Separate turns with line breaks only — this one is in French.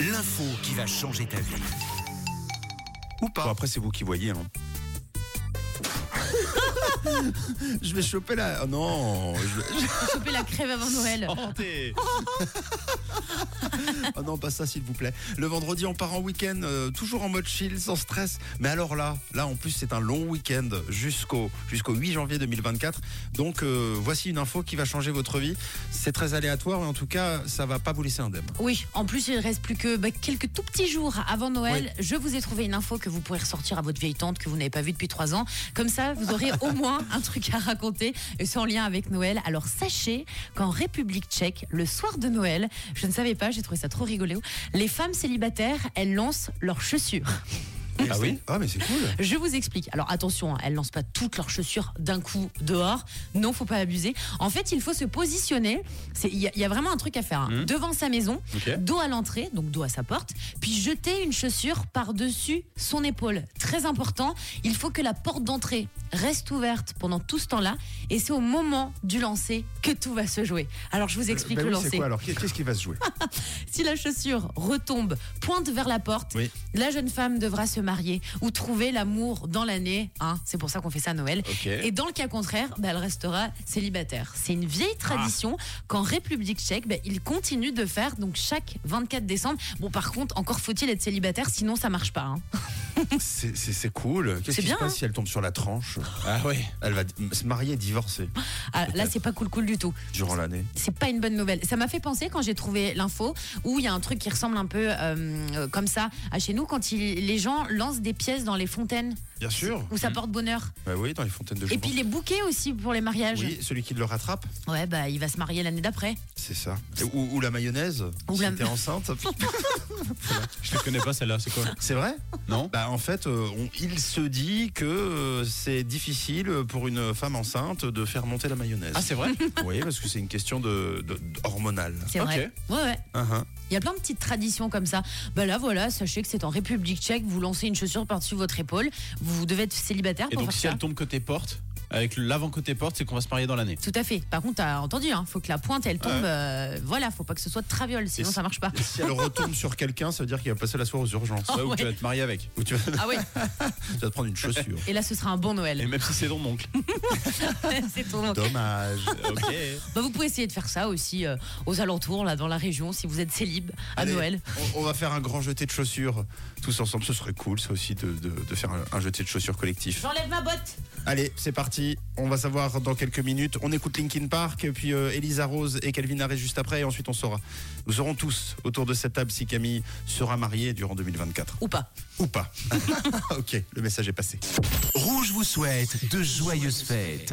l'info qui va changer ta vie. Ou pas.
Bon, après, c'est vous qui voyez. hein. je vais choper la. oh non je-
Faut choper la crève avant Noël.
oh non, pas ça, s'il vous plaît. Le vendredi, on part en week-end, euh, toujours en mode chill, sans stress. Mais alors là, là, en plus, c'est un long week-end jusqu'au jusqu'au 8 janvier 2024. Donc, euh, voici une info qui va changer votre vie. C'est très aléatoire, mais en tout cas, ça va pas vous laisser indemne.
Oui, en plus, il reste plus que bah, quelques tout petits jours avant Noël. Je vous ai trouvé une info que vous pourrez ressortir à votre vieille tante que vous n'avez pas vue depuis trois ans. Comme ça, vous aurez au moins un truc à raconter et c'est en lien avec Noël. Alors sachez qu'en République tchèque, le soir de Noël, je ne savais pas, j'ai trouvé ça trop rigolo, les femmes célibataires, elles lancent leurs chaussures.
Ah oui Ah, mais c'est cool
Je vous explique. Alors attention, hein, elles lancent pas toutes leurs chaussures d'un coup dehors. Non, faut pas abuser. En fait, il faut se positionner. C'est- Il y, a- il y a vraiment un truc à faire. hein.
Mhm.
Devant sa maison,
Ok.
dos à l'entrée, donc dos à sa porte, puis jeter une chaussure par-dessus son épaule. Très important, il faut que la porte d'entrée reste ouverte pendant tout ce temps-là. Et c'est au moment du lancer que tout va se jouer. Alors je vous explique
Ben
le
oui,
lancer.
c'est quoi alors Qu'est-ce qui va se jouer
Si la chaussure retombe, pointe vers la porte,
Oui.
la jeune femme devra se marier ou trouver l'amour dans l'année. hein. c'est pour ça qu'on fait ça à Noël.
Ok.
Et dans le cas contraire, bah, elle restera célibataire. C'est une vieille
Ah.
tradition qu'en République tchèque, bah, ils continuent de faire donc chaque 24 décembre. Bon, par contre, encore faut-il être célibataire, sinon ça marche pas. hein.
C'est- C'est c'est cool. Qu'est-ce
C'est
qui
bien,
se passe
hein
si elle tombe sur la tranche Ah ouais. Elle va d- se marier et divorcer
Ah, là,
Peut-être.
c'est pas cool cool du tout.
durant l'année.
c'est pas une bonne nouvelle. Ça m'a fait penser quand j'ai trouvé l'info où il y a un truc qui ressemble un peu euh, euh, comme ça à chez nous quand il- les gens lancent des pièces dans les fontaines
Bien sûr.
où ça porte bonheur.
Bah oui, dans les fontaines de
Et
jouvence.
puis les bouquets aussi pour les mariages.
Oui, celui qui le rattrape,
Ouais, bah il va se marier l'année d'après.
c'est ça. Ou, ou la mayonnaise,
Ou
si
la-
t'es enceinte.
Je ne connais pas celle-là, c'est quoi
C'est vrai
Non
Bah en fait, euh, on- il se dit que euh, c'est difficile pour une femme enceinte de faire monter la mayonnaise.
Ah, c'est vrai
oui, parce que c'est une question de, de- de- hormonale.
C'est
Ok.
vrai. Ouais, ouais.
Hein, hein.
Il y a plein de petites traditions comme ça. Bah là, voilà, sachez que c'est en République tchèque, vous lancez une chaussure par-dessus votre épaule, vous devez être célibataire
Et
pour
donc,
faire
si
ça.
elle tombe côté porte, avec l'avant côté porte, c'est qu'on va se marier dans l'année.
Tout à fait. Par contre, t'as entendu, hein, faut que la pointe, elle tombe.
Ouais.
euh, voilà, faut pas que ce soit de traviole, sinon
si-
ça marche pas.
Et si elle retombe sur quelqu'un, ça veut dire qu'il va passer la soirée aux urgences.
Ouais, ou tu
Ah ouais.
vas te marier avec.
Ou tu vas,
Ah oui.
tu vas te prendre une chaussure.
Et là, ce sera un bon
Et
Noël.
même si c'est ton oncle.
c'est ton nom.
Dommage.
ok.
Bah, vous pouvez essayer de faire ça aussi euh, aux alentours, là, dans la région, si vous êtes célib à
Allez,
Noël.
On, on va faire un grand jeté de chaussures tous ensemble. Ce serait cool, ça aussi, de, de- de faire un, un jeté de chaussures collectif.
J'enlève ma botte.
Allez, c'est parti. On va savoir dans quelques minutes. On écoute Linkin Park, et puis euh, Elisa Rose et Calvin Harris juste après. Et ensuite, on saura. Nous serons tous autour de cette table si Camille sera mariée durant 2024.
Ou pas.
Ou pas. ok, le message est passé.
Rouge vous souhaite de joyeuses fêtes.